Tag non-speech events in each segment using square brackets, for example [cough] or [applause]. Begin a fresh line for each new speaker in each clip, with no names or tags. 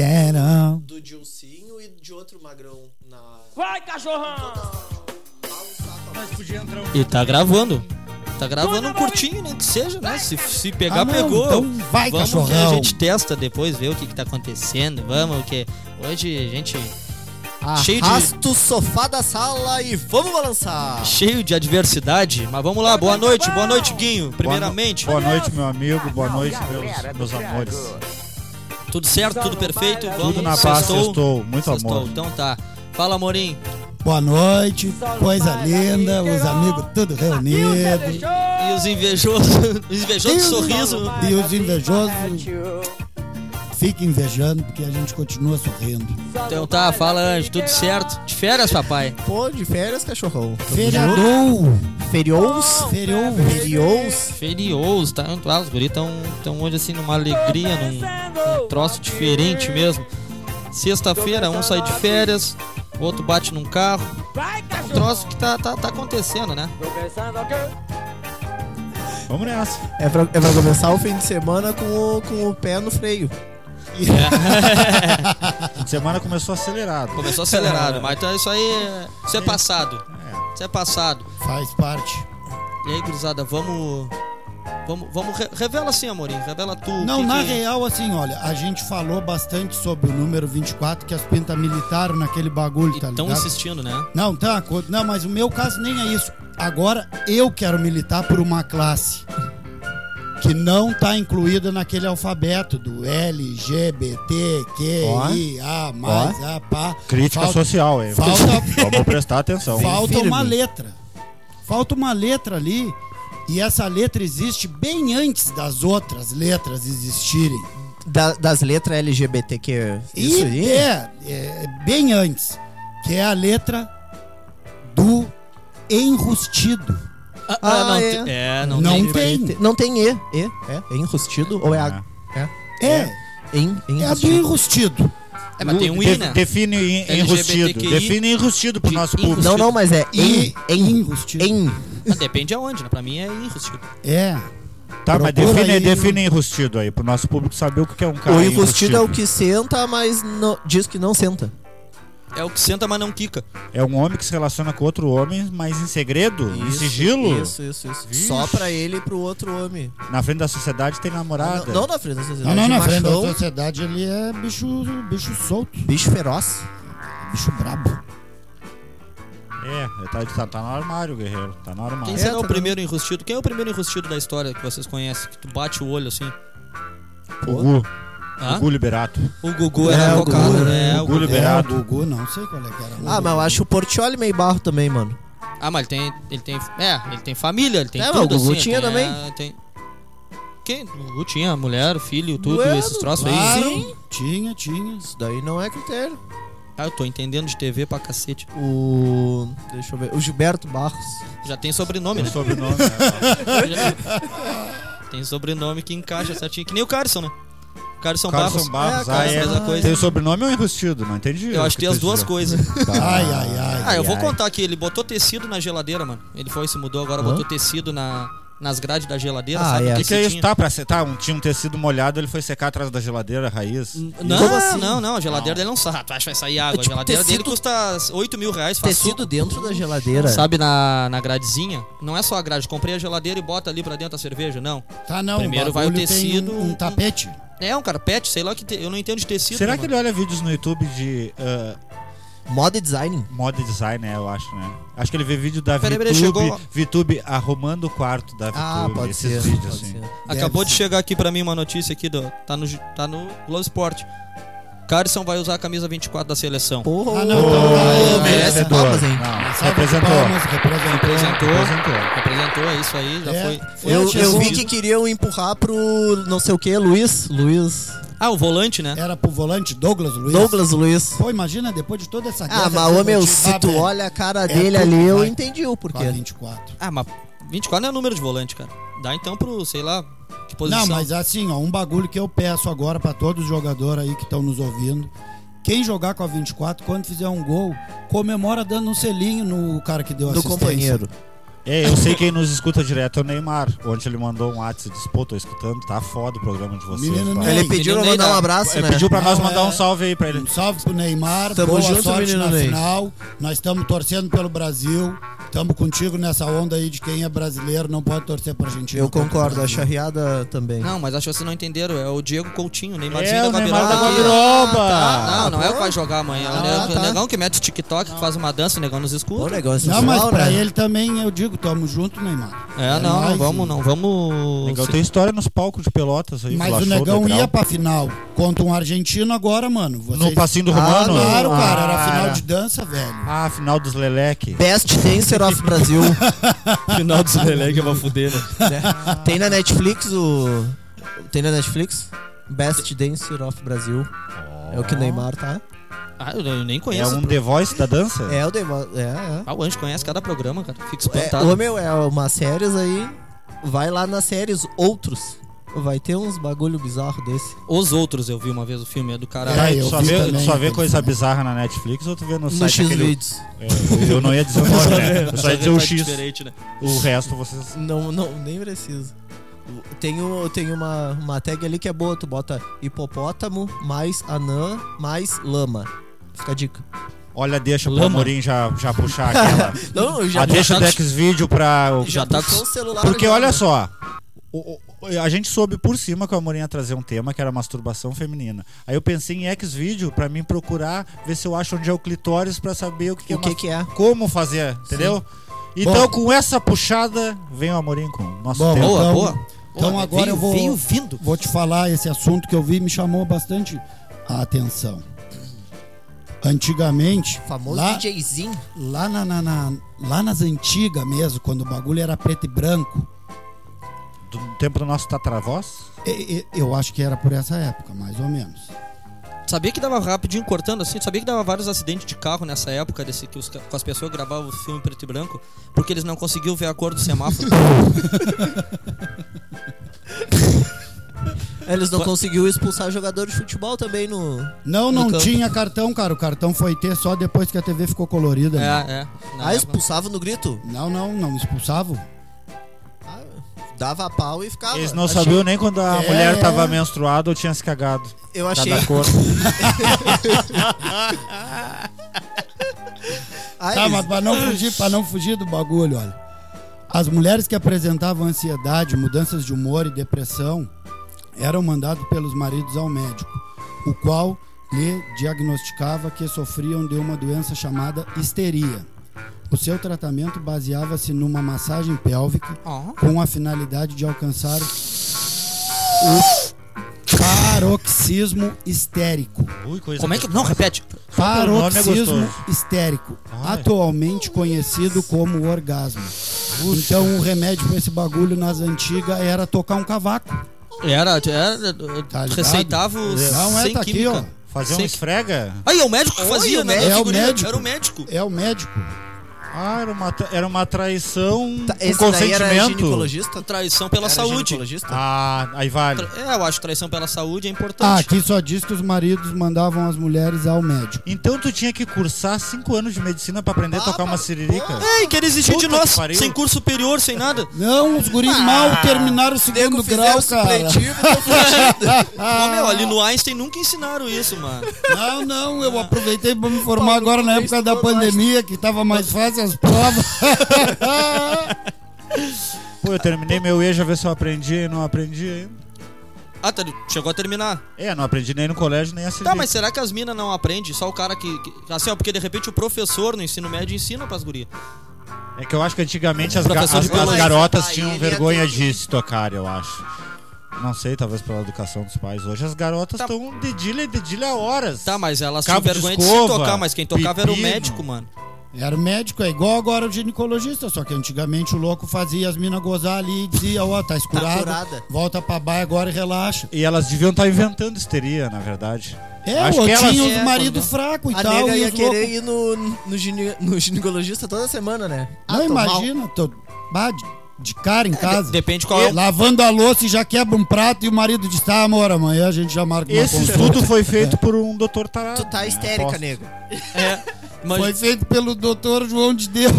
Get on.
do Dilcinho e de outro magrão na.
Vai, cachorrão!
Mas podia entrar um
E tá gravando. Tá gravando
Manda
um curtinho, nem que seja, né? Se, se pegar,
Ah, não,
pegou.
então vai,
Vamos que a
cachorrão.
gente testa depois, vê o que, que tá acontecendo. Vamos, que hoje a gente Cheio de-
Arrasta o sofá da sala e vamos balançar.
cheio de adversidade. Mas vamos lá, boa noite, boa noite, Guinho. Primeiramente,
Boa noite, meu amigo. Boa noite, meus, meus amores.
tudo certo, tudo perfeito. Vamos,
Tudo na paz,
sextou,
sextou. Muito
sextou.
amor.
Então tá. Fala, Amorim.
Boa noite, coisa linda, os amigos tudo
é
reunidos.
E os invejosos, [laughs] os invejosos
Deus
sorriso.
E os invejosos fiquem invejando porque a gente continua sorrindo.
Então tá, fala, Anjo, tudo certo. De férias, papai.
Pô, de férias, cachorrão. Tamo junto.
Feriador!
Ferious?
Feriou!
Ferious?
Ferious, tá? Ah, os guris tão, tão hoje assim numa alegria, num, um troço diferente mesmo. Sexta-feira, um sai de férias, outro bate num carro.
Vai, cachorrão!
Um troço que tá, tá, tá acontecendo, né?
Tô pensando que-
Vamos nessa.
É pra, é pra começar o fim de semana com o, com o pé no freio.
A semana começou acelerado.
Começou acelerado, mas então isso aí. é- Isso é passado.
É.
Isso é passado.
Faz parte.
E aí, gurizada, vamos. Vamos. vamos re- revela assim, Amorim. Revela tu. o
Não,
que
na
que- é?
real, assim, olha, a gente falou bastante sobre o número 24, que as pintas militaram naquele bagulho, tá
Estão
ligado?
insistindo, né?
Não, tá, co- não, mas o meu caso nem é isso. Agora eu quero militar por uma classe que não tá incluída naquele alfabeto do LGBTQIA, mais A, pá.
Crítica
Falta-
social, hein?
falta-
[laughs] Vamos prestar atenção.
Falta
firme.
uma letra. Falta uma letra ali. E essa letra existe bem antes das outras letras existirem.
Da- das letras LGBTQ. Isso
E
aí?
é, é, bem antes, que é a letra do enrustido.
Ah,
Ah,
não.
é.
te- É, não,
Não
tem.
tem.
Te- Não tem E. E? É? É enrustido? Ou é a. É?
É,
Em,
é a do enrustido.
É, mas tem um I, né?
De- define en- enrustido.
LGBTQI.
Define enrustido pro
De
nosso público.
Não, não, mas é
E
em. Em.
enrustido.
Em.
Mas depende aonde, né? Pra mim é enrustido.
É.
Tá,
Procura
mas define,
aí.
define enrustido aí, pro nosso público saber o que é um cara
O enrustido é o que senta, mas não- diz que não senta.
É o que senta, mas não quica.
É um homem que se relaciona com outro homem, mas em segredo, em sigilo.
Isso, isso, isso.
Vixe.
Só pra ele e pro outro homem.
Na frente da sociedade tem namorada.
Não, não na frente da
Ah, tá. Não,
sociedade.
não, na frente da
machão,
sociedade ele é bicho, bicho solto,
Bicho feroz.
bicho brabo.
É, tá, tá, tá no armário, guerreiro. Tá no
Quem
Ah,
armário.
será
tá
o
bom.
primeiro enrustido? Quem é o primeiro enrustido da história que vocês conhecem? Que tu bate o olho assim.
Gugu.
Hã?
Gugu Liberato.
O Gugu
É,
era
o
invocado,
Gugu,
né? É, o
Gugu
Gugu.
Liberato.
É, o Gugu, não sei qual é que era.
Ah, mas eu acho o Portioli meio barro também, mano.
Ah, mas ele tem. Ele tem. É, ele tem família, ele tem
É, mas
tudo.
o Gugu
assim,
tinha
ele tem-
também.
é, tem- Quem? O Gugu tinha mulher, filho, tudo,
Bueno,
esses troços aí.
Claro,
Sim.
tinha, tinha.
é Isso daí não é critério.
Ah, eu tô entendendo de TV pra cacete.
O. Deixa eu ver. O Gilberto Barros.
Já tem
[laughs]
sobrenome, [laughs]
Tem
né?
sobrenome. né?
Já- tem sobrenome que encaixa certinho. Que nem o Carson, né? O Carson Barros.
Carson Barros.
É,
ah,
Carson,
é.
mesma coisa.
Tem o sobrenome ou enrustido? Não entendi. Tá.
Eu acho que tem as duas coisas.
[laughs]
Ai, ai, ai.
Ah, eu vou
ai.
contar aqui. Ele botou tecido na geladeira, mano. Ele foi, se mudou agora,
Hã?
botou tecido na, nas grades da geladeira,
Ah,
sabe?
é.
O
O
que, que é isso?
tinha?
Tá, pra ser, tá um, tinha um tecido molhado, ele foi secar atrás da geladeira, a raiz.
N- Não,
Como assim?
não, não. A geladeira dele não sai. Tu acha que vai sair água?
É tipo
a geladeira dele
tecido-
custa 8 mil reais. Faz
Tecido É.
suco.
dentro da geladeira.
Sabe na, na gradezinha? Não é só a grade. Comprei a geladeira e bota ali pra dentro a cerveja. Não.
Tá, não.
Primeiro vai o
bagulho tem
tecido,
Um, um
um-
tapete.
É um carpete, sei lá o que. te- Eu não entendo de tecido. né,
Será
mano.
que ele olha vídeos no YouTube de ah,
Moda e design.
moda e design, né? Eu acho, né? Acho que ele vê vídeo da
Peraí,
VTube,
peraí, chegou-
VTube arrumando o quarto da VTube.
Ah, pode ser.
esses vídeos,
pode
assim.
ser.
Acabou
Deve
de
ser.
chegar aqui pra mim uma notícia aqui do. Tá no, ju- tá no Globo Esporte. Carson vai usar a camisa 24 da seleção.
Porra,
Ah, não, então
Ô,
tá.
merece
merecedor.
palmas, hein?
Não,
Salve de
representou.
palmas, representou.
Apresentou.
Apresentou.
Apresentou, é isso aí, já
É,
foi.
foi
Eu, assim.
atingido.
eu vi que queriam empurrar pro não sei o que, Luiz. Luiz.
Ah, o volante, né?
Era pro volante Douglas Luiz.
Douglas Luiz.
Pô, imagina, depois de toda essa guerra...
Ah, mas ô meu,
eles
se tu
botavam
olha a cara dele ali,
tudo,
eu
vai.
entendi o porquê.
24.
Ah, mas 24 não é número de volante, cara. Dá então pro, sei lá, que posição.
Não, mas assim, ó, um bagulho que eu peço agora pra todos os jogadores aí que estão nos ouvindo. Quem jogar com a 24, quando fizer um gol, comemora dando um selinho no cara que deu
Do
assistência.
companheiro.
É, eu sei quem nos escuta direto é o Neymar. Ontem ele mandou um WhatsApp e disse, pô, tô escutando, tá foda o programa de vocês.
Menino
pá."
Ney.
Ele pediu pra
Menino
mandar um
Ney,
abraço,
Ele
né?
pediu pra nós
Não,
mandar
é-
um salve aí pra ele.
Um salve pro Neymar,
Tamo
boa
junto,
sorte
menino
na
Ney.
final. Nós estamos torcendo pelo Brasil. Estamos contigo nessa onda aí de quem é brasileiro não pode torcer pra Argentina.
Eu concordo, acho
acho.
a riada também.
Não, mas acho que vocês não entenderam. É o Diego Coutinho, o Neymarzinho
É,
da
o Neymar
Gabiroba.
da
aqui.
Gabiroba.
Ah, tá,
Não, não é o que vai jogar amanhã.
Ah,
o negão,
tá.
o negão que mete TikTok, que faz uma dança, o negão nos escuta.
O negócio
Não, mas
sensacional,
pra
né?
ele também eu digo, tamo junto, Neymar.
É, não, não
nóis,
vamos,
e-
não vamos.
Negão,
se-
tem história nos palcos de pelotas aí.
tá. Mas
Fla
o
Show,
negão
Degrau.
ia pra final. Contra um argentino agora, mano. Vocês...
No passinho do
Ah,
Romano?
Claro, cara, era
Ah,
final
era.
de dança, velho.
Ah, final dos
[laughs]
Leleque.
Best Dancer of Brasil.
Final do Zelé que vai fuder, né?
né? [laughs] Tem na Netflix o. Tem na Netflix? Best Dancer of Brasil. É o que o Neymar tá.
Ah, eu, eu nem
É
conheço.
um The Voice da dança?
É o Neymar. É,
Ah, o Anjo conhece cada programa, cara.
é. é
Fico
Então tá.
espantado.
ô meu, é umas séries aí. Vai lá nas séries Outros. Vai ter uns bagulho bizarro desse.
Os outros eu vi uma vez o filme, é do caralho.
É, eu
Tá, só
vi
vê,
também,
só vê
eu vi
coisa
também.
bizarra na Netflix ou tu vê no,
no
site
X
aquele...
vídeos.
É, eu não ia
[laughs]
dizer o nome, né? Eu só ia dizer o
Faz
X.
diferente, né?
O resto vocês...
Não, não, nem precisa. Tem, o, tem uma, uma tag ali que é boa, tu bota hipopótamo mais anã mais lama. Fica a dica.
Olha, deixa pro
Lama.
Amorim já, já
[laughs]
puxar aquela...
Não, eu
já
já,
deixa o
tá-
Dex Vídeo pra... o-
já tá
puxou
com-
o celular.
Porque
já,
olha
né?
só... o- o- o- a gente soube por cima que o Amorim ia trazer um tema que era masturbação feminina. Aí eu pensei em X-Vídeo pra mim procurar, ver se eu acho onde é o clitóris pra saber o que, que é
O que que é?
como fazer, entendeu? Então, com essa puxada, vem o Amorim com o nosso
Bom,
tema.
Boa,
Então-
boa.
então
Boa,
agora
veio,
eu vou-
Veio vindo.
Vou te falar, esse assunto que eu vi me chamou bastante a atenção. Antigamente,
Famoso
lá,
DJzinho.
lá, na, na- na- lá nas antigas mesmo, quando o bagulho era preto e branco,
Do tempo do nosso tatravós.
e- e- eu acho que era por essa época, mais ou menos.
Sabia que dava rapidinho cortando assim? Sabia que dava vários acidentes de carro nessa época desse que os, ca- com as pessoas gravavam o filme em preto e branco porque eles não conseguiam ver a cor do semáforo.
Eles não
Qua-
conseguiu expulsar jogador de futebol também no.
Não,
No
não
campo.
tinha cartão, cara. O cartão foi ter só depois que a TV ficou colorida.
é,
né?
é. Na
Ah,
época-
expulsava no grito.
Não, não, não expulsavam.
Ah, dava pau e ficava.
Eles não
Ah, Achei-
sabiam nem quando a
É.
mulher tava menstruada ou tinha se cagado.
Eu achei.
Cada cor.
Ah,
Tá,
eles-
mas pra não fugir, pra não fugir do bagulho, olha. As mulheres que apresentavam ansiedade, mudanças de humor e depressão eram mandadas pelos maridos ao médico, o qual lhe diagnosticava que sofriam de uma doença chamada histeria. O seu tratamento baseava-se numa massagem pélvica
Ó.
com a finalidade de alcançar o paroxismo histérico.
Ui, coisa
Como é que. Não, repete.
pelo nome é
Paroxismo
gostoso.
histérico,
Ah, é.
atualmente conhecido como orgasmo. Então o remédio pra esse bagulho nas antigas era tocar um cavaco.
Era. era
Tá ligado?
receitava o
Não é,
sem
tá aqui,
química.
ó.
Fazer um
Sem-
esfrega?
Aí, é o médico que fazia,
o
né?
médico.
Esse
É o
guri
médico.
Era o médico.
É o médico.
Ah, era uma, tra- era uma traição
Tá,
com
Esse daí era
consentimento.
ginecologista?
Traição pela
Era
saúde.
ginecologista?
Ah, aí vale.
Tra- É, eu acho que traição pela saúde é
Ah,
importante.
aqui só diz que os maridos mandavam as mulheres ao médico.
Então tu tinha que cursar cinco anos de medicina pra
Ah,
aprender a tocar
tá.
uma siririca.
Ei, que eles existir de
Puta que
nós,
pariu.
sem curso superior, sem nada.
Não, os guris mal terminaram o segundo
Nego
grau,
fizeram [laughs]
cara.
supletivo, então
Ah.
Ô, meu, ali no Einstein nunca ensinaram isso, mano.
Não, não, eu aproveitei pra me formar
Paulo,
agora na época
isso
da
foi
pandemia, que tava mais fácil as provas.
Pô, eu terminei meu EJA, ver se eu aprendi e não aprendi ainda.
Ah, tá, chegou a terminar.
É, não aprendi nem no colégio, nem a siririca.
Uhum.
Tá, mas será que as minas não aprendem? Só o cara que, que- Assim, ó, porque de repente o professor no ensino médio ensina pras gurias.
É que eu acho que antigamente as, ga-
Professor de
as- as
biologia. tá
garotas
Aí
tinham
ele
é
vergonha
atende.
de se tocar, eu acho. Não sei, talvez pela educação dos pais. Hoje as garotas
Tá.
estão dedilha e dedilha há horas.
Tá, mas elas
Cabo
tinham
de
vergonha de
escova,
se tocar, mas quem tocava era o
pepino.
médico, mano.
Era o médico, é igual agora o ginecologista, só que antigamente o louco fazia as minas gozar ali e dizia, ó, tá escurado,
curada.
volta pra baia agora e relaxa.
E elas deviam estar inventando histeria, na verdade.
É,
Acho
ou
que elas-
tinha os
É,
maridos
né?
quando-
fracos e
A
tal,
nega
e
ia
os
querer
loucos...
ir no, no, gine- no ginecologista toda semana, né? Ah,
Não,
tô mal.
imagina, tô... Bah, de- de cara em casa.
Depende qual é o.
Lavando a louça e já quebra um prato e o marido diz: tá, amor, amanhã a gente já marca uma
Esse
consulta."
estudo foi feito por um doutor tarado.
Tu tá
né?
histérica,
Aposto.
nego.
é, Mas-
Foi feito pelo doutor João de Deus.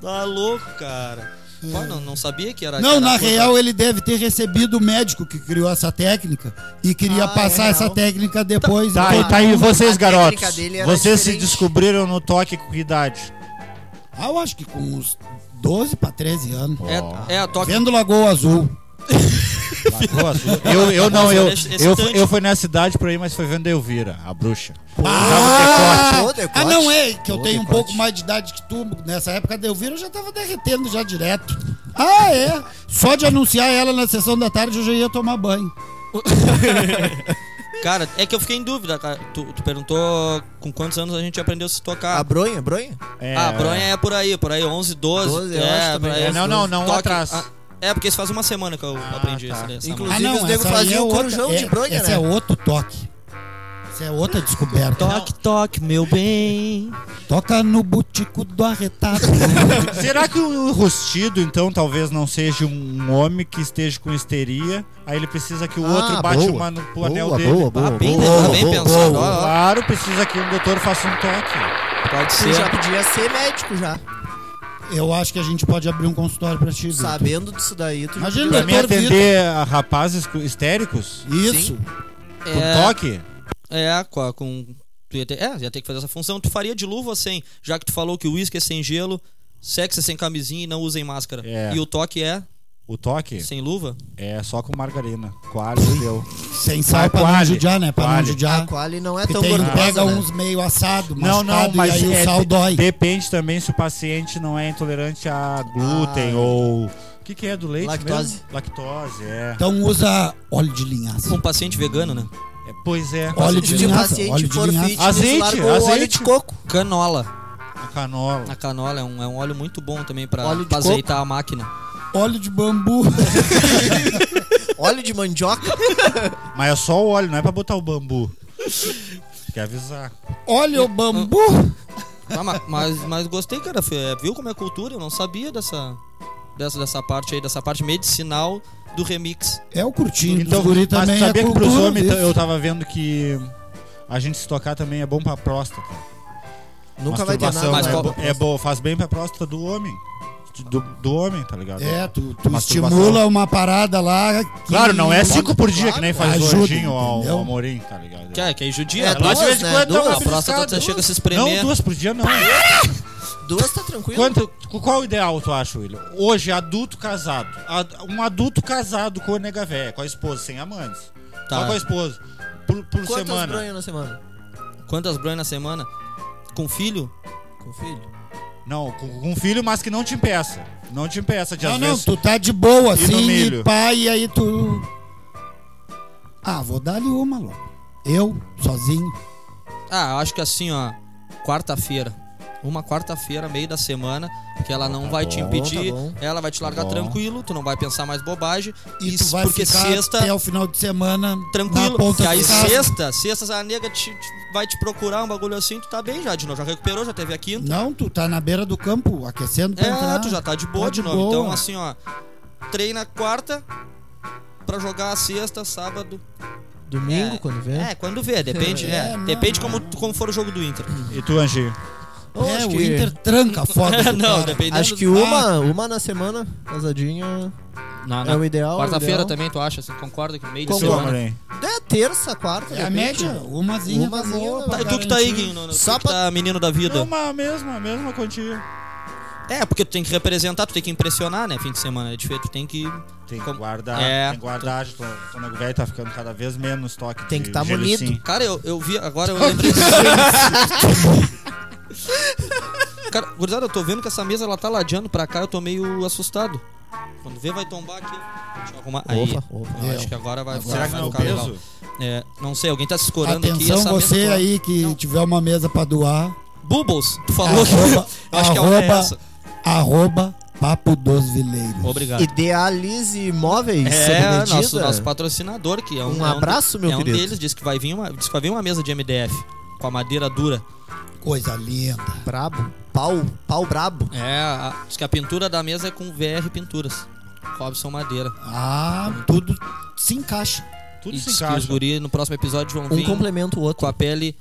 Tá louco, cara. Pô, não, não sabia que era
Não,
que era
na
coisa-
real ele deve ter recebido o médico que criou essa técnica e
Ah,
queria
é
passar essa
real.
técnica depois.
Tá,
então-
e tá aí vocês,
A técnica
garotos.
dele era
Vocês se
diferente.
descobriram no toque com que [laughs] idade?
Ah, eu acho que com uns 12 pra 13 anos.
É, é a toque.
Vendo Lagoa Azul.
Lagoa Azul? Tá, eu, eu não, eu,
Esse- esse
eu,
tanto.
eu fui nessa idade por aí, mas foi vendo Elvira, a bruxa. é
Ah,
Pô, decote.
ah, não é, que eu
Pô,
tenho um
decote.
pouco mais de idade que tu. Nessa época de eu vir, eu já tava derretendo já direto. Ah, é? Só de anunciar ela na sessão da tarde, eu já ia tomar banho.
Cara, é que eu fiquei em dúvida, cara. Tu, tu perguntou com quantos anos a gente aprendeu a se
A
tocar.
Ah, bronha, bronha?
É,
Ah, a bronha é por aí, por aí, 11, 12.
12, eu acho
é,
também.
por aí.
É, não, não, não
Toque-
atrás.
ah, é, porque isso faz uma semana que eu aprendi
tá.
isso. né, essa
Inclusive-
mão.
os nego
Ah, essa aí é
faziam o
outra-
corujão de bronha,
Esse
né?
é outro toque. Essa é outra descoberta.
Toque, toque, meu bem.
Toca no butico do
[laughs]
arretado.
[laughs] Será que o Rustido, então, talvez não seja um homem que esteja com histeria? Aí ele precisa que o outro
Ah,
bate
boa.
o mano pro
Boa,
anel
boa,
dele.
Boa,
Ah,
boa,
bem,
boa,
né? Tá bem
boa,
pensado,
boa.
ó,
Claro, precisa que um doutor faça um toque.
Pode
Tu
ser.
já podia ser médico já.
eu acho que a gente pode abrir um consultório pra ti, Vitor.
Sabendo disso daí, tu
Imagina,
Pra
já
Doutor
mim
podia...
atender a rapazes cu- histéricos
Isso.
com
É,
toque?
é, com. a- com tu ia ter, é, ia ter que fazer essa função. Tu faria de luva ou sem? Já que tu falou que o uísque é sem gelo, sexo é sem camisinha e não usem máscara.
É.
E o toque é
O toque
sem luva?
é só com margarina. Quase deu.
Sem sal
Ah,
pra não
coalho.
judiar, né? Pra não
Coalho.
judiar.
A quali não é
Porque
tão
tem,
gordurosa,
Então, pega
né?
uns meio assado,
um Não,
machucado,
não, mas
e aí
é,
o sal
de-
dói.
Depende também se o paciente não é intolerante a glúten
é.
Ah.
ou. O que, que é do leite?
Lactose.
mesmo? Lactose, é.
Então usa óleo de assim. linhaça.
Com paciente vegano, né?
É, Pois é.
Óleo de
Se o
linhaça, óleo
tipo paciente
de
for
linhaça.
fitness,
Azeite,
largou o óleo
azeite.
de coco.
Canola.
A canola.
A canola é um, é um óleo muito bom também pra,
Óleo de
pra
coco?
azeitar a máquina.
Óleo de bambu. [laughs]
Óleo de mandioca.
Mas é só o óleo, não é pra botar o bambu. Quer avisar.
óleo bambu.
Ah, ma- mas, mas gostei, cara. Foi- é, Viu como é cultura? Eu não sabia dessa, dessa, dessa parte aí, dessa parte medicinal do remix.
É o curtinho
Então,
então, do guri
mas
também
sabia
é
que pros
cultura,
homens
isso.
então, eu tava vendo que a gente se tocar também é bom pra próstata.
Nunca vai ter nada. né?
Masturbação
mas
é,
qual-
bo- é bom, faz bem pra próstata do homem. Do, do homem, tá ligado?
É, tu, tu
Masturbação.
estimula uma parada lá. que-
Claro, não é cinco por dia que nem faz o
Ajuda,
anjinho ao,
entendeu?
ao Amorim, tá ligado?
Que é, que aí judia.
É,
a
duas,
próstata-
né? Duas.
a próstata você chega a se espremer.
Não, duas por dia não.
Duas tá tranquilo.
Quanto, qual o ideal tu acha, William? Hoje, adulto casado. Ad- um adulto casado com a nega véia, com a esposa, sem amantes.
Tá.
Só com a esposa. Por, por
Quantas
semana.
bronhas na semana?
Quantas bronhas na semana? Com filho?
Com filho?
Não, com, com um filho, mas que não te impeça. Não te impeça de
Não,
às
não,
vezes.
tu tá de boa
E no
assim, e
milho?
pá, e aí tu. Ah, vou dar-lhe uma logo. Eu, sozinho.
Ah, eu acho que assim, ó. Quarta-feira. Uma quarta-feira, meio da semana, que ela não
tá
vai te
bom,
impedir,
tá bom.
ela vai te largar
bom.
tranquilo, tu não vai pensar mais bobagem.
E
e
tu vai
porque
ficar
sexta
até o final de semana. Na
tranquilo.
ponta
Que aí
do carro.
sexta, sexta a nega te- te- vai te procurar um bagulho assim, tu tá bem já, de novo. Já recuperou, já teve a quinta.
Não, tu tá na beira do campo, aquecendo pra
É,
entrar.
tu já tá de boa
Tá
de
de
novo.
boa.
Então, assim, ó. Treina quarta pra jogar a sexta, sábado.
Domingo,
É.
quando vem?
É, quando vê, depende, né?
É, não,
depende como, como for o jogo do Inter.
E tu, Anjinho?
Eu
É,
acho
o
que-
Inter tranca a
[laughs]
foto. do
não,
cara.
dependendo
Acho que
do-
uma, uma na semana, casadinha,
Na,
é o ideal.
Quarta-feira
o ideal.
também, tu acha? Você concorda que meio de
E tu,
semana?
Amorim?
É terça, quarta,
É a
depende.
média, umazinha. tá
Umazinha,
boa
né?
pra
Tá, e tu que tá aí,
garantir.
Guinho, no- no- tu
Só
que tá menino da vida.
Não, mas a mesma, a mesma quantia.
É, porque tu tem que representar, tu tem que impressionar, né? Fim de semana é diferente, tu tem que.
Tem que
Como-
guardar,
É.
tem que guardar. acho que O teu nego velho tá ficando cada vez menos toque
Tem
de
que tá
gelicim.
bonito.
Cara, eu, eu vi. Agora eu lembrei. Cara, gurizada, eu tô vendo que essa mesa ela tá ladeando pra cá, eu tô meio assustado. Quando vê, vai tombar aqui. Deixa eu arrumar. Aí.
Opa, opa.
Eu acho que agora vai,
Será que
vai
não é o
ficar legal.
peso?
É, não sei, alguém tá se escorando aqui.
Atenção,
Essa
você
mesa,
aí que
Não.
tiver uma mesa pra doar.
Bubbles, tu falou.
Arroba,
[laughs] eu acho que é uma
arroba,
essa.
arroba Papo dos Vileiros.
Obrigado.
Idealize Imóveis,
É,
sob medida.
nosso, nosso patrocinador, que é um.
Um
é
abraço, meu
é um
querido.
deles, disse que, vai vir uma, disse que vai vir uma mesa de MDF. com a madeira dura.
Coisa linda.
Brabo. Pau. Pau brabo.
É, a- diz que a pintura da mesa é com VR Pinturas. Robson Madeira.
Ah, tudo se encaixa.
Tudo
e
se
diz que os
encaixa.
guri no próximo episódio vão
Um
vir
complementa o outro.
com a pele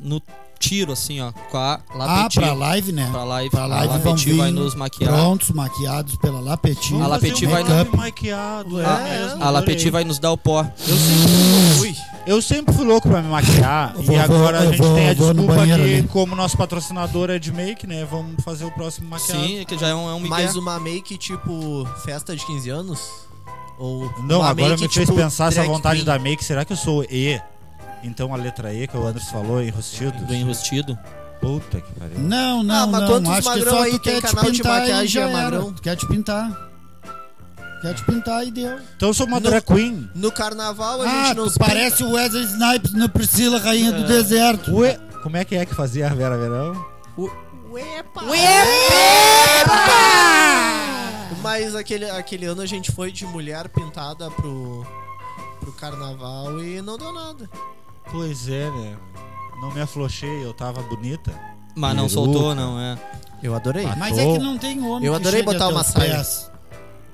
no tiro, assim, ó. Com a
Ah,
Lapetit.
pra live, né?
Pra live.
Pra live
a
vão
Lapetit
vir
vai nos maquiar.
prontos, maquiados pela Lapeti.
A Lapeti
fazer um
vai-
make-up maquiado, é,
A-
mesmo,
a Lapetit
adorei.
vai nos dar o pó.
Eu sempre, eu sempre fui louco pra me maquiar
Eu
e
vou-
agora a
eu
gente
vou-
tem a
eu vou no
desculpa
banheiro
que,
ali.
como nosso patrocinador é de make, né? Vamos fazer o próximo maquiado.
Sim, que já é um, é um migué.
Mais uma make tipo festa de 15 anos? Ou
Não,
uma
agora
make,
me fez
tipo,
pensar essa
drag
vontade
queen?
da make. Será que eu sou E? Então a letra E que o Anderson falou, enrustido?
Do enrustido.
Puta que pariu.
Não, não,
Ah, mas
não.
quantos
Acho que
magrão
só
aí
tu
tem
quer te
canal de
pintar e
maquiagem,
já
é
era.
magrão?
Tu quer te pintar. Quer te pintar e deu.
Então eu sou uma
Não.
drag queen.
No carnaval a
Ah,
gente não
tu
se É.
parece o Wesley Snipes na Priscila, Rainha do Deserto.
Ué, como é que é que fazia a Vera Verão?
Mas aquele, aquele ano a gente foi de mulher pintada pro, pro carnaval e não deu nada.
Pois é, né? Não me aflochei, eu tava bonita.
Mas não
Peruca.
soltou, não, é.
Eu adorei.
Mas é que não tem homem
Eu
que
adorei
chegue
botar
até
uma
os
saia.
pés,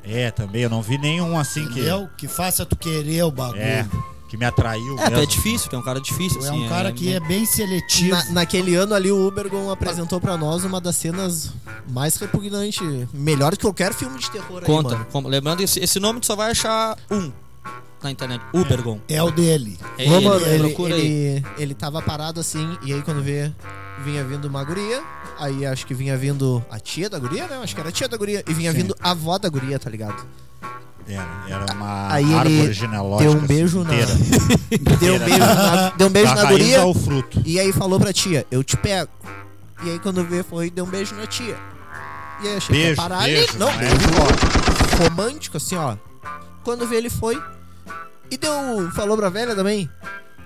É, também, eu não vi nenhum assim que.
Entendeu? Que faça tu querer o bagulho.
É, que me atraiu.
É,
tá
até
mesmo.
difícil, tu é um cara difícil,
Tu
assim.
é um cara que é bem seletivo.
né? Na- naquele ano ali o Ubergon apresentou pra nós uma das cenas mais repugnantes. Melhor que qualquer filme de terror
é
aí,
Conta.
mano.
como- lembrando, esse, esse nome tu só vai achar um na internet. Ubergon.
É o dele.
É
Ô,
ele,
mano, ele,
procura aí.
ele, ele tava parado assim, e aí quando vê, vinha vindo uma guria, aí acho que vinha vindo a tia da guria, né? Acho que era a tia da guria, e vinha
Sim.
vindo a avó da guria, tá ligado?
Era, era uma
Aí ele
árvore genealógica.
deu um beijo
assim,
na-
inteira.
Deu um beijo na, deu um [laughs] beijo
da
na
raiz
guria,
ao fruto.
e aí falou pra tia, eu te pego. E aí quando vê, foi, deu um beijo na tia. E aí achei que ia
Beijo,
parar
beijo.
ali. Não,
é forte.
romântico, assim, ó. Quando vê, ele foi. E deu. Falou pra velha também.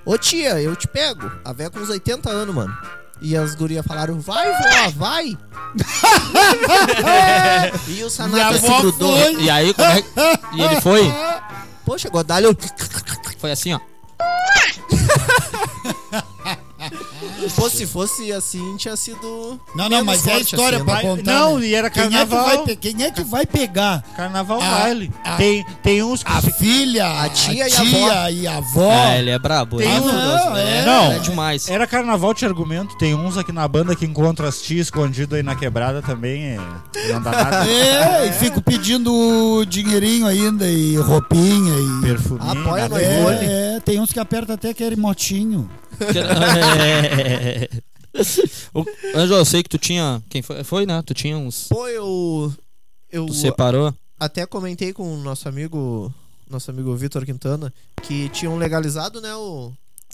Ô tia, eu te pego. A velha com uns 80 anos, mano. E as gurias falaram, vai, vó,
[laughs]
vai. e o Sanata se grudou.
E aí, como
[laughs]
é que- [laughs] E ele foi?
Ah.
Poxa, Godalho.
Foi assim, ó.
Pô, [laughs] se fosse assim, tinha sido.
Não, não,
menos
mas é a
forte assim, a
história
cena.
pra contar.
Não,
né?
e era
quem é, que
carnaval.
vai, pe- quem é que Ah, vai pegar
Carnaval
A-
baile.
a-
Tem, tem uns que.
a filha, a
tia
tia,
e a avó.
e a avó?
Ah, ele é brabo.
Tem
ele
Ah,
é
um-
maravilhoso,
não,
né?
é.
Não.
É demais.
Era carnaval de argumento, tem uns aqui na banda que encontra as tias escondido aí na quebrada também. É, não dá nada.
[laughs] É, e fico pedindo dinheirinho ainda e roupinha e.
Perfuminho.
Apoia
nada.
nós. Perdoe.
É, é, tem uns que aperta até aquele motinho.
Ah,
É. [laughs] O- Anjo, eu sei que tu tinha. Quem foi? Foi, né? Tu tinha uns.
Pô, eu. Eu
Tu separou?
até comentei com o nosso amigo. Nosso amigo Vitor Quintana. Que tinham legalizado, né? O.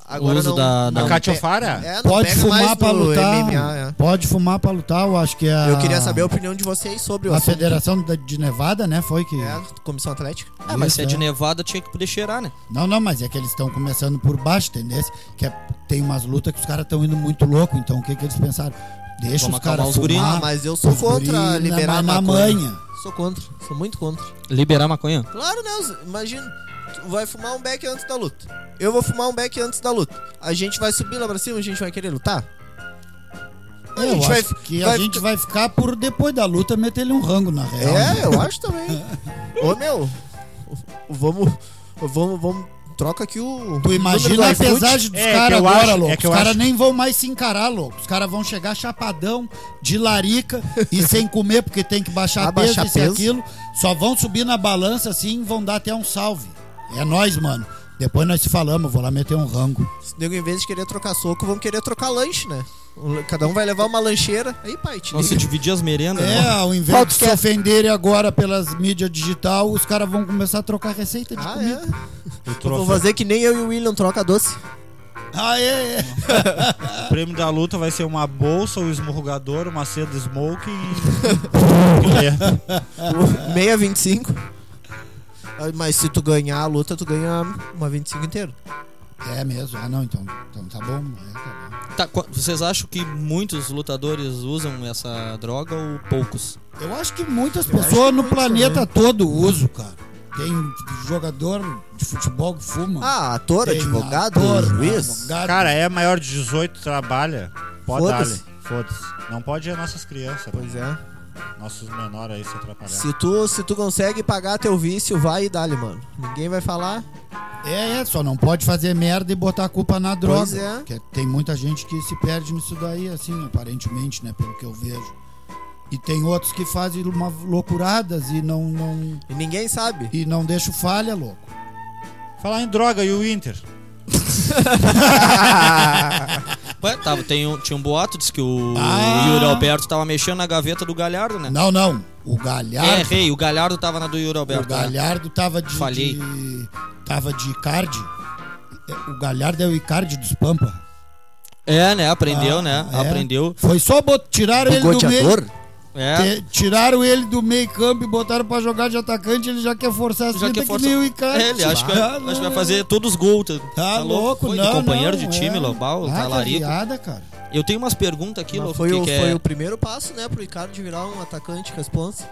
Agora
uso
não,
da- da-
A
não
Cátia
pe-
Ofara?
É, não
Pode
pega mais
fumar
no
pra lutar.
MMA,
Pode fumar pra lutar, eu acho que é.
é.
a-
Eu queria saber a opinião de vocês sobre o
A
assunto.
Federação da- de Nevada, né? Foi que.
É, Comissão Atlética.
Ah, mas
Isso,
se é de
é.
Nevada, tinha que poder cheirar, né?
Não, não, mas é que eles estão começando por baixo, tendência. Que é- tem umas lutas que os caras estão indo muito louco, então o que, que eles pensaram? Deixa
Vamos
os caras
acalmar os guri.
fumar.
Ah, mas eu sou
os guri
contra liberar
na, na
maconha.
manha.
Sou contra, sou muito contra.
Liberar maconha.
Claro, né? os- Imagina, tu vai fumar um beck antes da luta. Eu vou fumar um beck antes da luta. A gente vai subir lá pra cima, a gente vai querer lutar? A
Eu
gente
acho
vai-
que
vai-
a gente vai ficar por depois da luta meter ele um rango na real. né?
É, eu acho também.
[laughs]
Ô, meu, vamos, vamos, vamos, troca aqui o...
Tu imagina a
número do iFood.
pesagem dos
É, que
caras
eu
agora,
acho- é
louco.
que eu
os caras
acho-
nem vão mais se encarar, louco. Os caras vão chegar chapadão, de larica
[laughs]
e sem comer, porque tem que baixar
Ah,
peso,
baixar
isso e
peso.
aquilo. Só vão subir na balança assim e vão dar até um salve. É nós, mano. Depois nós se falamos, eu vou lá meter um rango.
Esse nego, em vez de querer trocar soco, vão querer trocar lanche, né? Um- Cada um vai levar uma lancheira. Aí, pai, te
Não se
liga.
dividir as merendas.
É,
né?
ao invés
Qual
de
tu
se
quer?
ofenderem agora pelas mídias digital, os caras vão começar a trocar receita de
Ah,
comida.
é?
Eu
Vou
trouxe-
fazer que nem eu e o William troca doce.
Ah, é, é.
O prêmio da luta vai ser uma bolsa, um esmurrugador, uma seda smoking. e- um
É.
O Meia 25. Ah, Mas se tu ganhar a luta, tu ganha uma 25 inteira.
É mesmo. Ah, não, então, então tá bom. É, tá bom.
Tá, qu- vocês acham que muitos lutadores usam essa droga ou poucos?
Eu acho que muitas
Eu acho
pessoas
que
no
muitos
planeta todo usam, cara. Tem jogador de futebol que fuma.
Ah, ator,
Tem
advogado,
ator,
juiz.
advogado.
Cara, é maior de 18, trabalha. Pode dar.
Foda-se.
Foda-se. Não pode ir nossas crianças, né?
Pois é.
nossos menores aí se atrapalhar.
Se tu, se tu consegue pagar teu vício, vai e dá-lhe, mano. Ninguém vai falar.
É, é, só não pode fazer merda e botar a culpa na droga.
Pois é.
Porque tem muita gente que se perde nisso daí, assim, aparentemente, né? Pelo que eu vejo. E tem outros que fazem uma loucuradas e não, não,
E ninguém sabe.
e não deixam falha, louco.
Falar em droga e o Inter.
Ué, tava, tem um, tinha um boato, disse que o
Ah.
Yuri Alberto tava mexendo na gaveta do Galhardo, né?
Não, não. O
É,
Galhardo.
errei, o Galhardo tava na do Yuri
o
Alberto. né?
Galhardo tava de.
Falhei.
de- tava de Icardi. É, O Galhardo é o Icardi dos Pampa.
É, né? Aprendeu,
Ah,
né?
é.
Aprendeu.
Foi só bot... tiraram
O
ele do meio.
goteador?
É.
te- Tiraram ele do meio campo e botaram pra jogar de atacante, ele já quer forçar as
Já que
fitas
é
que,
força...
nem o Icardi.
É, ele acho que, vai,
Ah,
acho que vai
não,
fazer todos os gols. Tá,
Tá louco,
Foi,
não.
companheiro
não,
de time,
é.
Lobal,
Ah,
talarico.
viada, cara.
Eu tenho umas perguntas aqui,
Mas
Lobo,
foi,
que,
o,
que é...
foi o primeiro passo, né, pro Ricardo de virar um atacante responsa.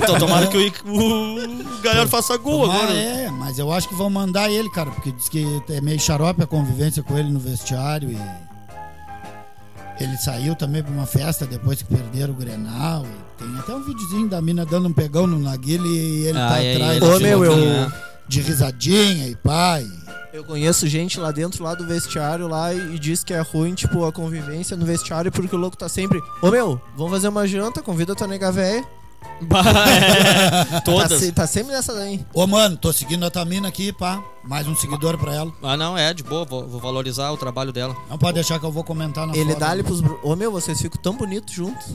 Então, tomara que o, Ic- o Galhardo faça gol
Mas
agora.
é, mas eu acho que vão mandar ele, cara, porque diz que é meio xarope a convivência com ele no vestiário e. Ele saiu também pra uma festa depois que perderam o Grenal. e tem até um videozinho da mina dando um pegão no Naguile e ele tá
é,
atrás
ele
Ô,
é
de-
meu, eu-
novinho, né?
de risadinha e pai.
Eu conheço gente lá dentro, lá do vestiário, lá, e, e diz que é ruim, tipo, a convivência no vestiário, porque o louco tá sempre. Ô meu, vamos fazer uma janta, convida a tua nega véia.
Bah, é.
Tá,
[laughs] Todas.
se- tá sempre nessa daí.
Ô, mano, tô seguindo a Tamina aqui, pá. Mais um seguidor pra ela.
Ah, não, é, de boa, vou, vou valorizar o trabalho dela.
Não pode deixar que eu vou comentar na
Ele
fora.
dá ali pros. bru- Ô meu, vocês ficam tão bonitos juntos.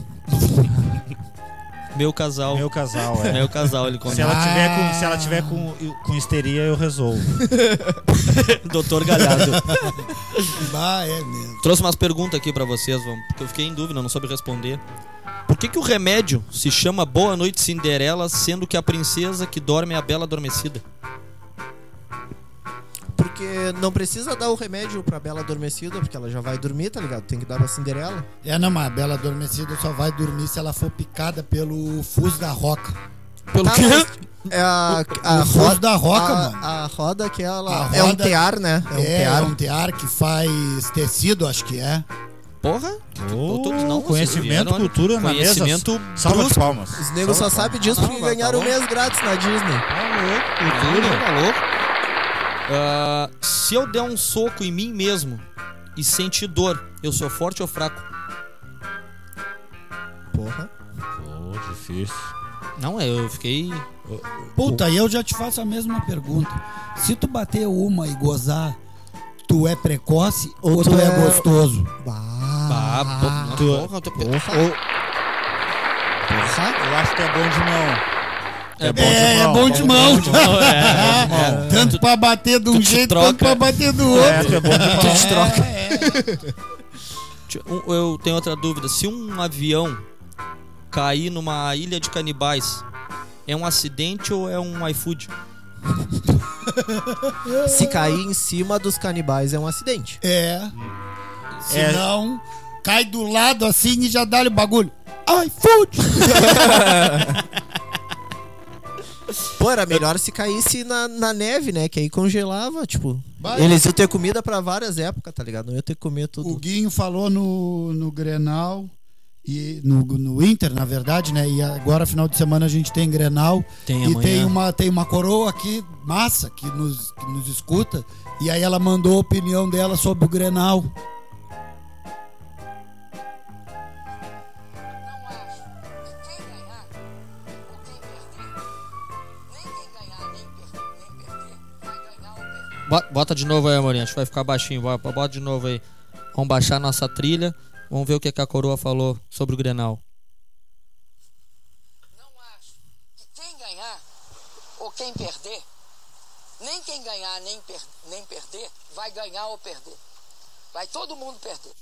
Meu casal. Meu,
Meu casal, é.
casal, ele
Se
conta.
ela
Ah.
tiver com, se ela tiver com, com histeria, eu resolvo.
[laughs] Doutor Galhardo.
Bah, é mesmo.
Trouxe umas perguntas aqui pra vocês, vamos, porque eu fiquei em dúvida, não soube responder. Por que, que o remédio se chama Boa Noite Cinderela, sendo que a princesa que dorme é a bela adormecida?
Porque não precisa dar o remédio pra Bela adormecida, porque ela já vai dormir, tá ligado? Tem que dar pra Cinderela.
É, não, mas a Bela Adormecida só vai dormir se ela for picada pelo fuso da roca.
Pelo
Tá, mas É a, a
o fuso
roda.
da roca,
a,
mano.
a roda que
A
ela.
roda-
É um tear, né? É um
é, é
tear.
um tear que faz tecido, acho que é.
Porra? um
Oh,
todos não,
conhecimento,
vocês vieram,
cultura na mesa.
Conhecimento
Salva de
brusco.
palmas.
Os negros só
Salva de
sabem disso
Não,
porque
vai, tá
ganharam um
bom.
mês grátis na Disney.
Tá louco, tá louco. Ah, se eu der um soco em mim mesmo e sentir dor, eu sou forte ou fraco?
Porra.
palmas. Oh, difícil.
Não, é, eu fiquei.
Puta, e eu já te faço a mesma pergunta. Se tu bater uma e gozar, tu é precoce ou, tu, é... gostoso?
Ah, pô,
tu-
porra, eu tô-
Eu acho que é bom de mão.
É bom.
É, é bom de mão.
Não, é, é, é.
[laughs] Tanto pra bater de um
tu te
jeito,
troca.
tanto pra bater do
É,
outro.
tu é bom de
[laughs]
mão.
te troca. Um- Eu tenho outra dúvida. Se um avião cair numa ilha de canibais, é um acidente ou é um iFood?
Se cair em cima dos canibais é um acidente.
É. Se
É.
não, cai do lado assim e já dá-lhe o bagulho. Ai, fude!
Pô, era melhor se caísse na, na neve, né? Que aí congelava, tipo.
Vai.
Eles iam ter comida pra várias épocas, tá ligado? Não ia ter que comer
O
tudo.
Guinho falou no, no Grenal e no, no Inter, na verdade, né? E agora final de semana a gente tem Grenal
Tem
e
amanhã.
tem uma tem uma coroa aqui massa que nos, que nos escuta e aí ela mandou a opinião dela sobre o Grenal.
Não acho que quem ganhar ou quem perder, nem quem ganhar nem, per- nem perder, vai ganhar ou perder.
Bo- Bota de novo aí, Amorim. Acho que vai ficar baixinho. Bo- Bota de novo aí. Vamos baixar nossa trilha. Vamos ver o que que a coroa falou sobre o Grenal.
Não acho que quem ganhar ou quem perder, nem quem ganhar nem, per- nem perder, vai ganhar ou perder. Vai todo mundo perder.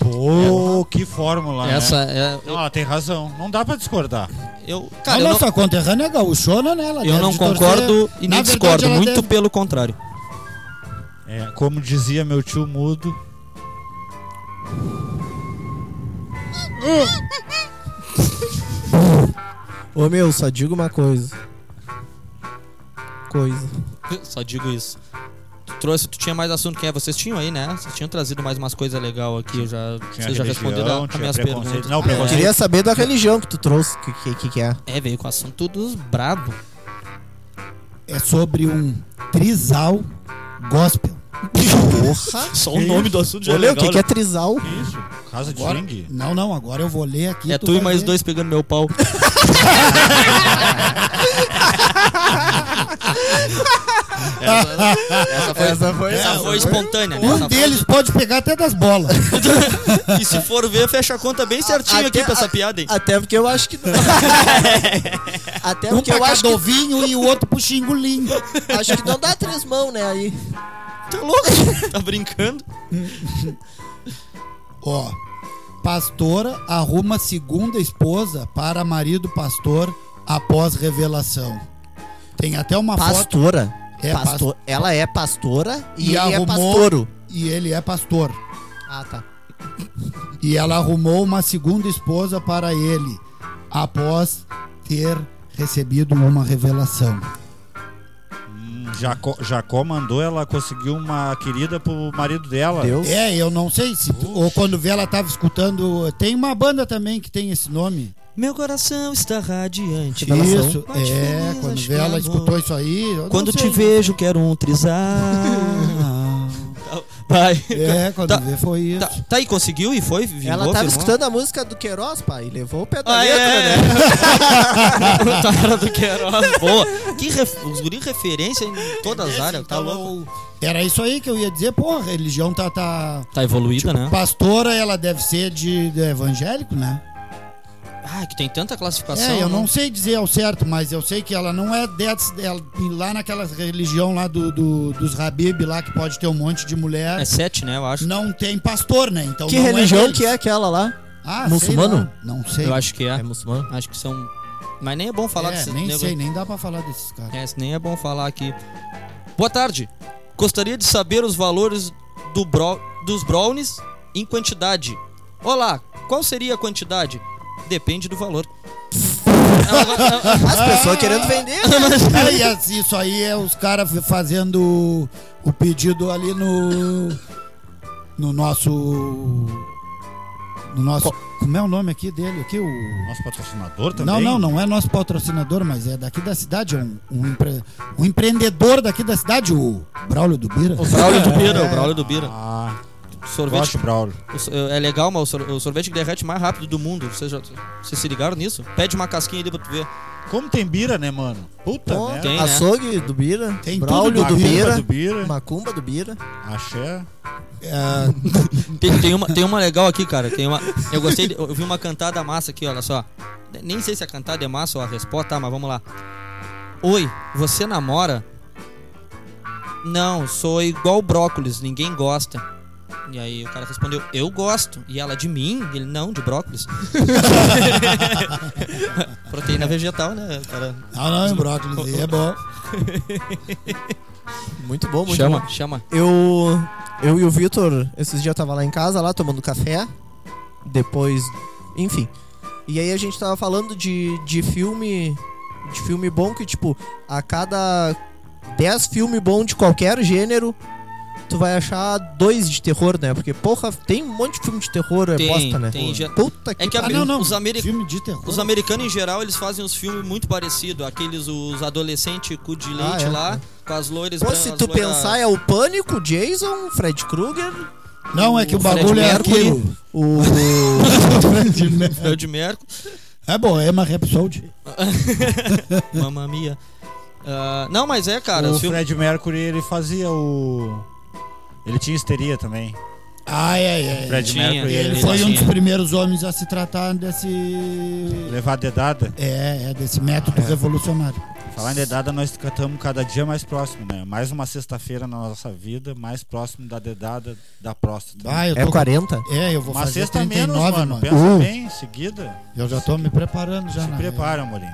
Pô, que
Ah,
fórmula, né?
Essa é.
Não, ela tem razão. Não dá pra discordar.
Eu,
A
cara, eu
nossa
não,
conterrânea é gaúchona, né? Ela
eu
deve
não
de torcer-
concordo e
Na
nem
verdade,
discordo.
ela
Muito
deve-
pelo contrário.
É, como dizia meu tio mudo.
Ô meu, só digo uma coisa. Coisa.
Só digo isso. Tu trouxe, tu tinha mais assunto que é? Vocês tinham aí, né? Vocês tinham trazido mais umas coisas legais aqui. Eu já,
Tinha
vocês já
religião,
responderam as
tinha
minhas
preconceito.
perguntas.
Não,
Eu
preconceito.
é,
queria saber da religião que tu trouxe. Que que, que, que
[laughs]
é?
é, veio com assunto dos brabo.
É sobre um trisal gospel.
Porra!
Só
o nome
do assunto
Ô, Leo, o que,
né?
que é trisal?
Isso, casa de
Agora-
dengue.
Não, não, agora eu vou ler aqui.
É tu e
vai
mais
ver.
dois pegando meu pau. essa, essa foi,
Essa foi-
essa
essa
foi espontânea, né?
É, Um
Essa foi-
deles pode pegar até das bolas.
[laughs] E se for ver, fecha a conta bem certinho aqui pra essa piada, hein?
Até porque eu acho que não. Até
um
porque
pra
eu acho que,
cadovinho e o outro pro xingolinho.
acho que não dá três mãos, né? Aí.
Tá
[laughs]
louco? Tá brincando?
Ó, pastora arruma segunda esposa para marido pastor após revelação. Tem até uma foto
Pastora.
É,
Pastor- Ela é pastora e,
E
ele é
arrumou-
pastouro.
e ele é pastor.
Ah, tá.
E ela arrumou uma segunda esposa para ele após ter recebido uma revelação.
Jacó, Jacó mandou ela conseguir uma querida pro marido dela.
Deus.
É, eu não sei se tu- ou quando vê ela tava escutando, tem uma banda também que tem esse nome.
Meu coração está radiante.
Revelação.
Isso, é,
Mas feliz,
quando
Tá acho
vê
que
ela
amor.
escutou isso aí, eu não
Quando te
sei. Ah,
vejo, quero um [laughs] trisar. Vai.
É, quando
Tá.
vê foi isso.
Tá, tá aí, conseguiu e foi? Vingou,
Ela tava
firmou?
escutando a música do Queiroz, pai. Levou o pé da
Ah, é,
letra, né?
é.
né?
[laughs] é. Tara do Queiroz, boa. Que ref... Os guri referência em todas as áreas, tá
Então,
louco?
Era isso aí que eu ia dizer, pô, a religião tá, tá...
Tá evoluída, né?
Pastora, ela deve ser de, de evangélico, né?
Ah, que tem tanta classificação.
É, eu
né?
não sei dizer ao certo, mas eu sei que ela não é dessas, ela- lá naquela religião lá do, do- dos Habib lá, que pode ter um monte de mulher,
É sete, né, eu acho.
não tem pastor, né? Então
Que
não
religião
deles.
que é aquela lá?
Ah,
Muçulmano?
sei lá, Não sei.
Eu acho que é.
muçulmano?
Acho que são... Mas nem é bom falar
É,
desses
nem
nego-
sei, nem dá pra falar desses caras.
É, nem é bom falar aqui. Boa tarde. Gostaria de saber os valores do bro- dos brownies em quantidade. Olá, qual seria a quantidade? Depende do valor.
As pessoas querendo vender.
Cara, e as- isso aí é os caras fazendo o pedido ali no. No nosso. No nosso. Como é o nome aqui dele? Aqui, o.
Nosso patrocinador também.
Não, não, não é nosso patrocinador, mas é daqui da cidade, é um, um, empre- um empreendedor daqui da cidade, o Braulio do Bira.
Braulio do Bira, É, o Braulio do Bira.
Ah,
Sorvete
Gosto, Braulio.
o so- é legal, mas o sor- o sorvete que derrete mais rápido do mundo. Vocês, já, vocês se ligaram nisso? Pede uma casquinha ali pra tu ver.
Como tem bira, né, mano? Puta
Pô,
merda.
Tem, né?
açougue do Bira.
Tem
Braulio
tudo
do
do
Macumba
Bira.
do Bira.
Macumba do Bira.
Axé.
É,
Tem, tem uma, tem uma legal aqui, cara. Tem uma, eu gostei, de- eu vi uma cantada massa aqui, olha só. Nem sei se a cantada é massa ou a resposta, tá, mas vamos lá. Oi, você namora? Não, sou igual brócolis, ninguém gosta. E aí o cara respondeu, eu gosto. E ela, de mim? Ele, não, de brócolis. Proteína vegetal, né, cara?
não, não, é brócolis, e é bom.
Muito bom, muito bom.
Chama, chama.
Eu, eu e o Vitor, esses dias tava lá em casa, lá tomando café. Depois, enfim. E aí a gente tava falando de, de filme. De filme bom que, tipo, a cada 10 filmes bons de qualquer gênero, tu vai achar dois de terror, né? Porque, porra, tem um monte de filme de terror, é
Tem,
bosta, né?
tem, já-
Puta que,
É que a-
Ah, não, não,
os americanos...
filme de terror.
Os americanos em geral, eles fazem uns filmes muito parecidos. Aqueles, os adolescentes cu de
Ah,
leite
é,
lá,
é.
com as loiras
Pô,
bran-
se
as
tu
loira-
pensar, é o Pânico, Jason, Fred Krueger,
Não, é que o
o Fred
bagulho é
Mercury.
aquilo.
[laughs]
[laughs]
o.
Fred Mercury,
É bom, é uma Rhapsody.
Mamma Mia. Ah, não, mas é, cara.
o
os filmes-
Fred Mercury, ele fazia o... Ele tinha histeria também.
Ah, é, é. é.
Fred
tinha,
Mercury,
ele
Ele
ele
foi um dos
tinha.
primeiros homens a se tratar desse.
levar dedada.
É, é desse método revolucionário.
Falar em dedada, nós estamos cada dia mais próximo, né? Mais uma sexta-feira na nossa vida, mais próximo da dedada da próstata.
Ah, eu
É
tô-
40?
É, eu vou
uma
fazer
sexta
39,
menos, mano.
mano.
Pensa
Uh.
bem, em seguida.
Um. Eu já tô me preparando já.
se
na-
prepara, Amorim.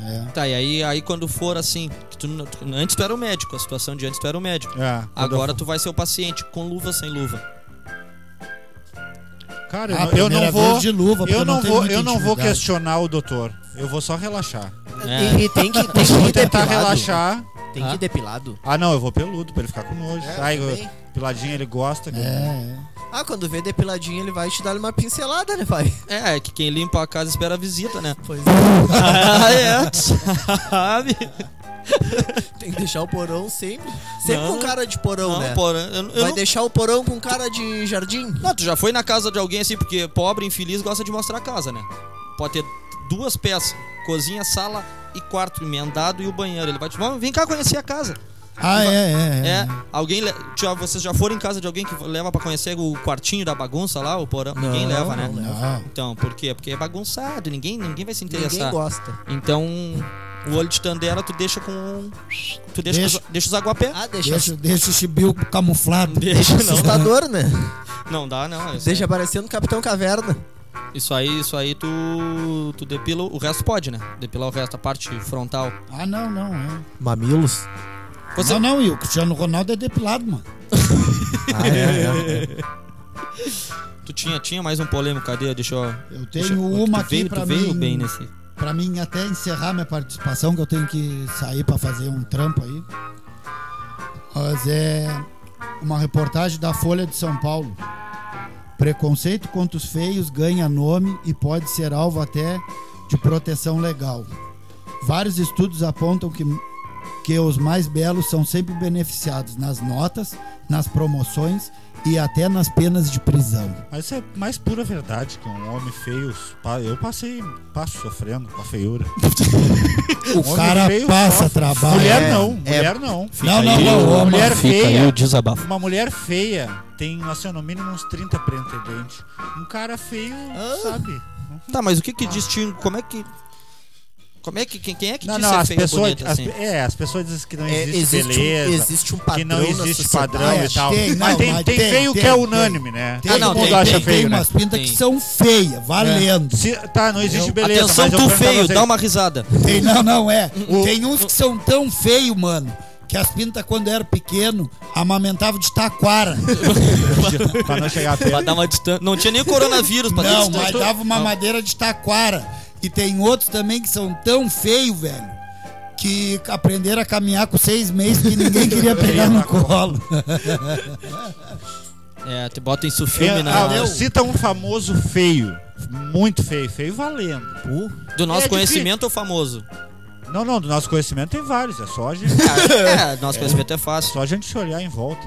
É.
Tá, e aí, aí quando for assim... que tu não- tu- antes tu era o médico, a situação de antes tu era o médico.
É, quando
Agora
eu-
tu vai ser o paciente, com luva, sem luva.
Cara,
Ah,
eu, eu
primeira
não vou.
vez de luva, porque
eu
não
não
tem
vou,
muita
eu não vou
intimidade.
questionar o doutor. Eu vou só relaxar.
É.
E, e tem que, tem que ir
Vou tentar
depilado.
relaxar.
Tem que ir depilado.
Ah, não, eu vou peludo pra ele ficar com nojo.
É,
Ai,
também.
eu- piladinha ele gosta.
É, é.
Ah, quando vê depiladinho, ele vai te dar uma pincelada, né, pai?
É, é que quem limpa a casa espera a visita, né?
[laughs]
[laughs]
Pois é. [laughs]
ah, é, tu sabe?
Então, Tem que deixar o porão sempre. Sempre
Não.
com cara de porão,
Não,
né?
porra, eu, eu
Vai
não...
deixar o porão com cara de jardim?
Não, tu já foi na casa de alguém assim, porque pobre, infeliz, gosta de mostrar a casa, né? Pode ter duas peças, cozinha, sala e quarto emendado e o banheiro. Ele vai te vamos, vem cá conhecer a casa.
Ah, é, é, é.
É, alguém, le- já, vocês já foram em casa de alguém que leva pra conhecer o quartinho da bagunça lá, o porão? ninguém
Não,
leva, né?
não
É.
leva.
Não.
Então, por quê? Porque é bagunçado, ninguém, ninguém vai se
Ninguém
interessar.
gosta.
Então, o olho de tandera tu deixa com... um, Tu deixa,
Deixa.
deixa. deixa os aguapé.
Ah, deixa. [laughs]
Deixa, deixa o chibiu camuflado.
Deixa, não.
Assustador, né?
Não dá, não. Isso,
Deixa parecendo Capitão Caverna.
isso aí, isso aí tu, tu depila... O resto pode, né? Depilar o resto, a parte frontal.
Ah, não, não. É.
Mamilos.
Você-
Não, não, e o Cristiano Ronaldo é depilado, mano.
Ah, é, é.
Tu tinha, tinha mais um polêmico, cadê? Deixa eu...
Eu
deixa-
tenho uma
tu veio,
aqui pra
tu veio
mim.
bem nesse...
Pra mim, até encerrar minha participação, que eu tenho que sair pra fazer um trampo aí. Mas é uma reportagem da Folha de São Paulo. Preconceito contra os feios ganha nome e pode ser alvo até de proteção legal. Vários estudos apontam que, que os mais belos são sempre beneficiados nas notas, nas promoções e até nas penas de prisão.
Mas isso é mais pura verdade que um homem feio. pa- Eu passei, passo sofrendo com a feiura.
[laughs] O
Homem
cara
feio
passa
sofre.
trabalho.
Mulher não,
É,
mulher não.
Não, não, não.
Uma
homem-
mulher feia.
desabafo.
Uma mulher feia tem, assim, no mínimo uns 30 pretendentes. Um cara feio,
Ah.
sabe?
Tá, mas o que que distingue? Como é que... Como é que... Quem, quem é que
Não,
diz
não,
ser
as
feio ou
pessoas.
bonito,
as-
assim?
é, as pessoas dizem que não
É,
existe,
existe,
beleza.
um, existe um padrão
que não existe
na sociedade.
padrão e tal.
tem,
mas
não,
tem,
mas
tem
tem,
feio
tem,
que é
tem.
unânime, né?
Tem,
Ah, não,
tem,
Todo mundo
tem,
acha
tem,
feio, né?
umas pintas
Tem.
que são feias, valendo.
Se- tá, não existe beleza.
Atenção,
mas eu
tu
perguntava
feio,
assim,
dá uma risada.
Tem, não, não, é. Tem uns que são tão feios, mano, que as pintas, quando era pequeno, amamentava de taquara.
Pra não chegar
Pra
perto.
dar um uma distância. Não tinha nem o coronavírus pra ter
não,
distância.
mas dava uma madeira de taquara. E tem outros também que são tão feios, velho, que aprenderam a caminhar com seis meses que ninguém queria pegar no colo.
É, te bota em
É,
sufilme na.
ah, cita um famoso feio. Muito feio, feio valendo.
Do nosso
é
conhecimento ou famoso?
Não, não, do nosso conhimento tem vários. É só a gente, [laughs]
É, é, nosso conhecimento é fácil.
só a gente se olhar em volta.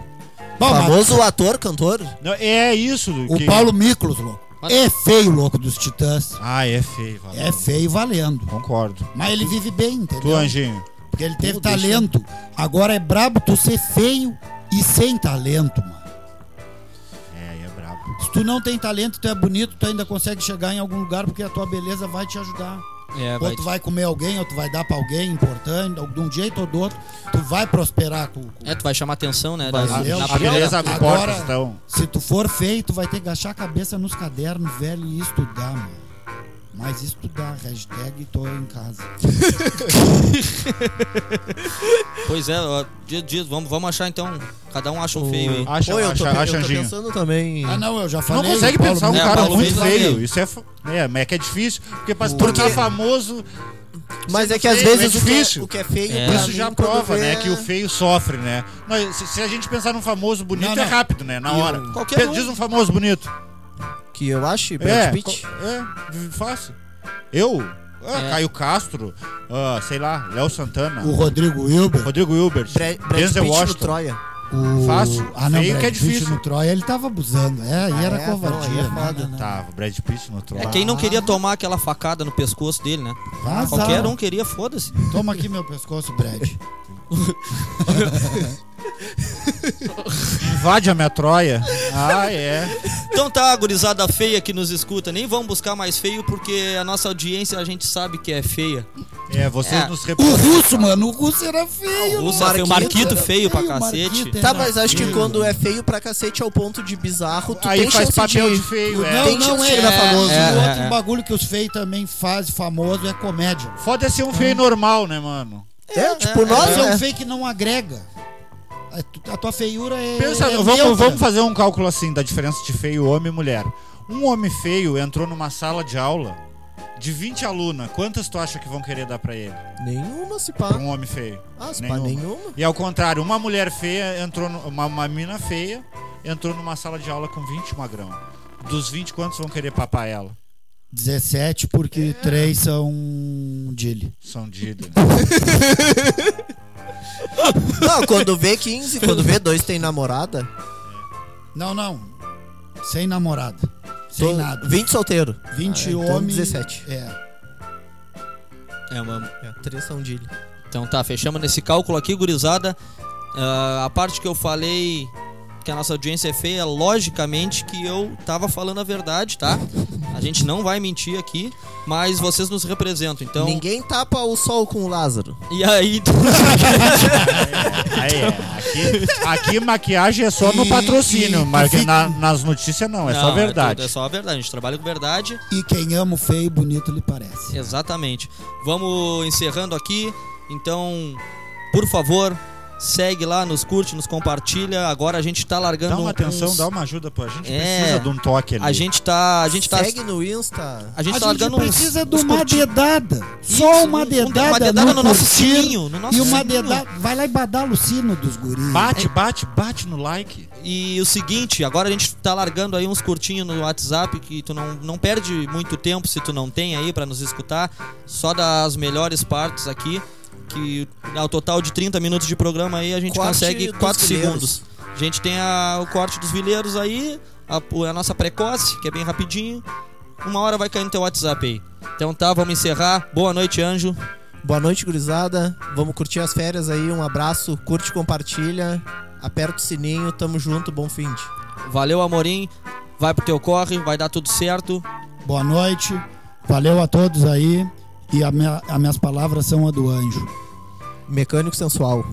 Bom, mas
Famoso ator, cantor?
Não, é isso. do
o
que-
Paulo Miklos, louco,
Mas-
é feio, louco, dos Titãs.
Ah, é feio, valendo.
É feio valendo.
Concordo.
Mas ele vive bem, entendeu?
Tu, Anjinho.
Porque ele teve
Pô, deixa-
talento. Agora é brabo tu ser feio e sem talento, mano.
É, aí é brabo.
Se tu não tem talento, tu é bonito, tu ainda consegue chegar em algum lugar porque a tua beleza vai te ajudar.
É,
ou
vai.
tu vai comer alguém, ou tu vai dar pra alguém importante, ou de um jeito ou do outro, tu vai prosperar com. com-
É, tu vai chamar atenção, né?
Vai.
na-
Valeu.
na
A
primeira-
beleza
agora-
é agora estão.
Se tu for feio, tu vai ter que achar a cabeça nos cadernos, velho, e estudar, mano. Mas estudar, hashtag tô em casa.
Pois é, ó, dia, dia, vamos, vamos achar então. Cada um acha um feio aí.
Acha,
Pô, eu tô,
acha, acha,
eu tô
Anjinho.
pensando também.
Ah, não, eu já
Não
falei.
consegue
o Paulo
pensar um
Miklos-
Mendes. É,
cara
Paulo
muito
Mendes é
feio.
feio.
Isso é, fa- é, mas é que é difícil, porque pra se
Porque-
tornar famoso,
Mas é que às
Sendo feio,
vezes
é
o que é,
difícil.
o que é feio.
É.
pra
isso
mim,
já
quando
prova,
vê,
né? Que o feio sofre, né? Não, se, se a gente pensar num famoso bonito,
Não, não.
é rápido, né? Na
E
hora.
o-
Qualquer um.
Diz um famoso bonito.
Que eu acho, Brad
É,
Pitt.
co- é, v- fácil. Eu? Ah,
É.
Caio Castro, ah, sei lá, Léo Santana,
O Rodrigo Wilber.
Rodrigo Hilbert,
Brad, Brad
Denzel
Pitt no
Washington.
Troia.
O...
Fácil.
Ah, não,
Feio que
Brad
é
Pitt
difícil.
no Troia, ele tava abusando. É, aí
Ah,
era
é? Não, aí
covardia. né?
é
Não,
foda.
não, não.
Tá, o Brad Pitt no Troia.
É, quem não queria tomar aquela facada no pescoço dele, né?
Vazar.
Qualquer um queria, foda-se.
Toma aqui meu pescoço, Brad.
Invade a minha Troia. Ah, é.
Então tá, gurizada feia que nos escuta. Nem vamos buscar mais feio, porque a nossa audiência a gente sabe que é feia.
É, vocês
É.
nos
O
representam.
russo, mano, o russo era feio.
O russo era feio, o Marquito
era
feio pra
feio, o Marquito
cacete.
era
Tá, mas acho que
feio.
quando é feio pra cacete ao ponto de bizarro, tu
Aí
tem
faz
chance
papel de,
de...
feio, é.
Não,
Tem
não
chance
é.
de virar famoso.
E
É,
outro um
é.
bagulho que os feios também faz famoso é comédia.
Foda ser um feio normal, né, mano?
É, tipo,
Mas
nós,
é um
né?
feio que não agrega. A tu- A tua feiura é.
Pensa,
é
vamos,
neutra.
vamos fazer um cálculo assim da diferença de feio homem e mulher. Um homem feio entrou numa sala de aula de 20 alunas. Quantas tu acha que vão querer dar pra ele?
Nenhuma se
Pra
pá.
um homem feio.
Ah, se pá, nenhuma.
E ao contrário, uma mulher feia entrou no- uma, uma mina feia entrou numa sala de aula com 20 magrão. Dos 20, quantos vão querer papar ela?
17, porque três são Dile.
São
[laughs]
Dida.
Não, quando vê 15, quando vê dois tem namorada,
Não, não. Sem namorada. Sem
tô-
nada.
20 solteiro.
20
Ah, então
homens.
17.
É.
É, mano.
É, três são dele.
Então tá, fechamos nesse cálculo aqui, gurizada. Ah, a parte que eu falei que a nossa audiência é feia, logicamente que eu tava falando a verdade, tá? A gente não vai mentir aqui, mas vocês nos representam, então.
Ninguém tapa o sol com o Lázaro.
E aí. [laughs]
Aí, é. aqui, aqui maquiagem é só no
E-
patrocínio,
e-
mas
e-
na- nas notícias não, é só
Não,
verdade.
tudo, É, só a verdade. A gente trabalha com verdade.
E quem ama o feio e bonito lhe parece.
Exatamente. Vamos encerrando aqui. Então, por favor, segue lá, nos curte, nos compartilha. Agora a gente tá largando.
Dá uma atenção,
uns-
dá uma ajuda, pô. A gente
É.
precisa de um toque ali.
A gente tá. A gente tá.
Segue no Insta.
A gente
A
tá
gente
largando
precisa
uns,
de
uns
uma
curti-
dedada.
Isso,
Só uma
um-
dedada,
uma dedada no nosso
curtir
sininho, no nosso
e uma
sininho.
dedada. Vai lá e badala o sino dos guris.
Bate, bate, bate no like.
E o seguinte, agora a gente tá largando aí uns curtinhos no WhatsApp que tu não, não perde muito tempo se tu não tem aí pra nos escutar. Só das melhores partes aqui, que ao total de 30 minutos de programa aí a gente
Corte
consegue
dos
4
vileiros.
segundos. A gente tem a- o corte dos vileiros aí, a, a nossa precoce, que é bem rapidinho. Uma hora vai cair no teu WhatsApp aí. Então tá, vamos encerrar. Boa noite, Anjo.
Boa noite, gurizada. Vamos curtir as férias aí. Um abraço. Curte, compartilha. Aperta o sininho. Tamo junto. Bom fim de.
Valeu, Amorim. Vai pro teu corre, vai dar tudo certo.
Boa noite. Valeu a todos aí. E a minha- as minhas palavras são a do anjo.
Mecânico sensual.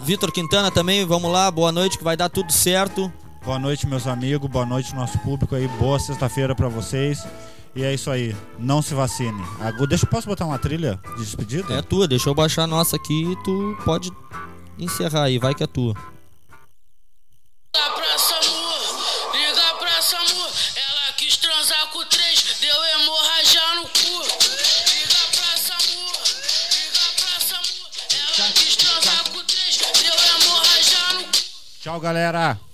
Vitor Quintana também, vamos lá, boa noite, que vai dar tudo certo.
Boa noite, meus amigos. Boa noite, nosso público aí. Boa sexta-feira pra vocês. E é isso aí. Não se vacine. Agu... Deixa eu posso botar uma trilha de despedida?
É tua, deixa eu baixar a nossa aqui e tu pode encerrar aí, vai que é tua.
Liga pra SAMU, liga pra SAMU. Ela quis transar com três, deu hemorragia no cu. Liga pra SAMU, liga pra SAMU. Ela quis transar com três, deu hemorragia no cu.
Tchau, galera.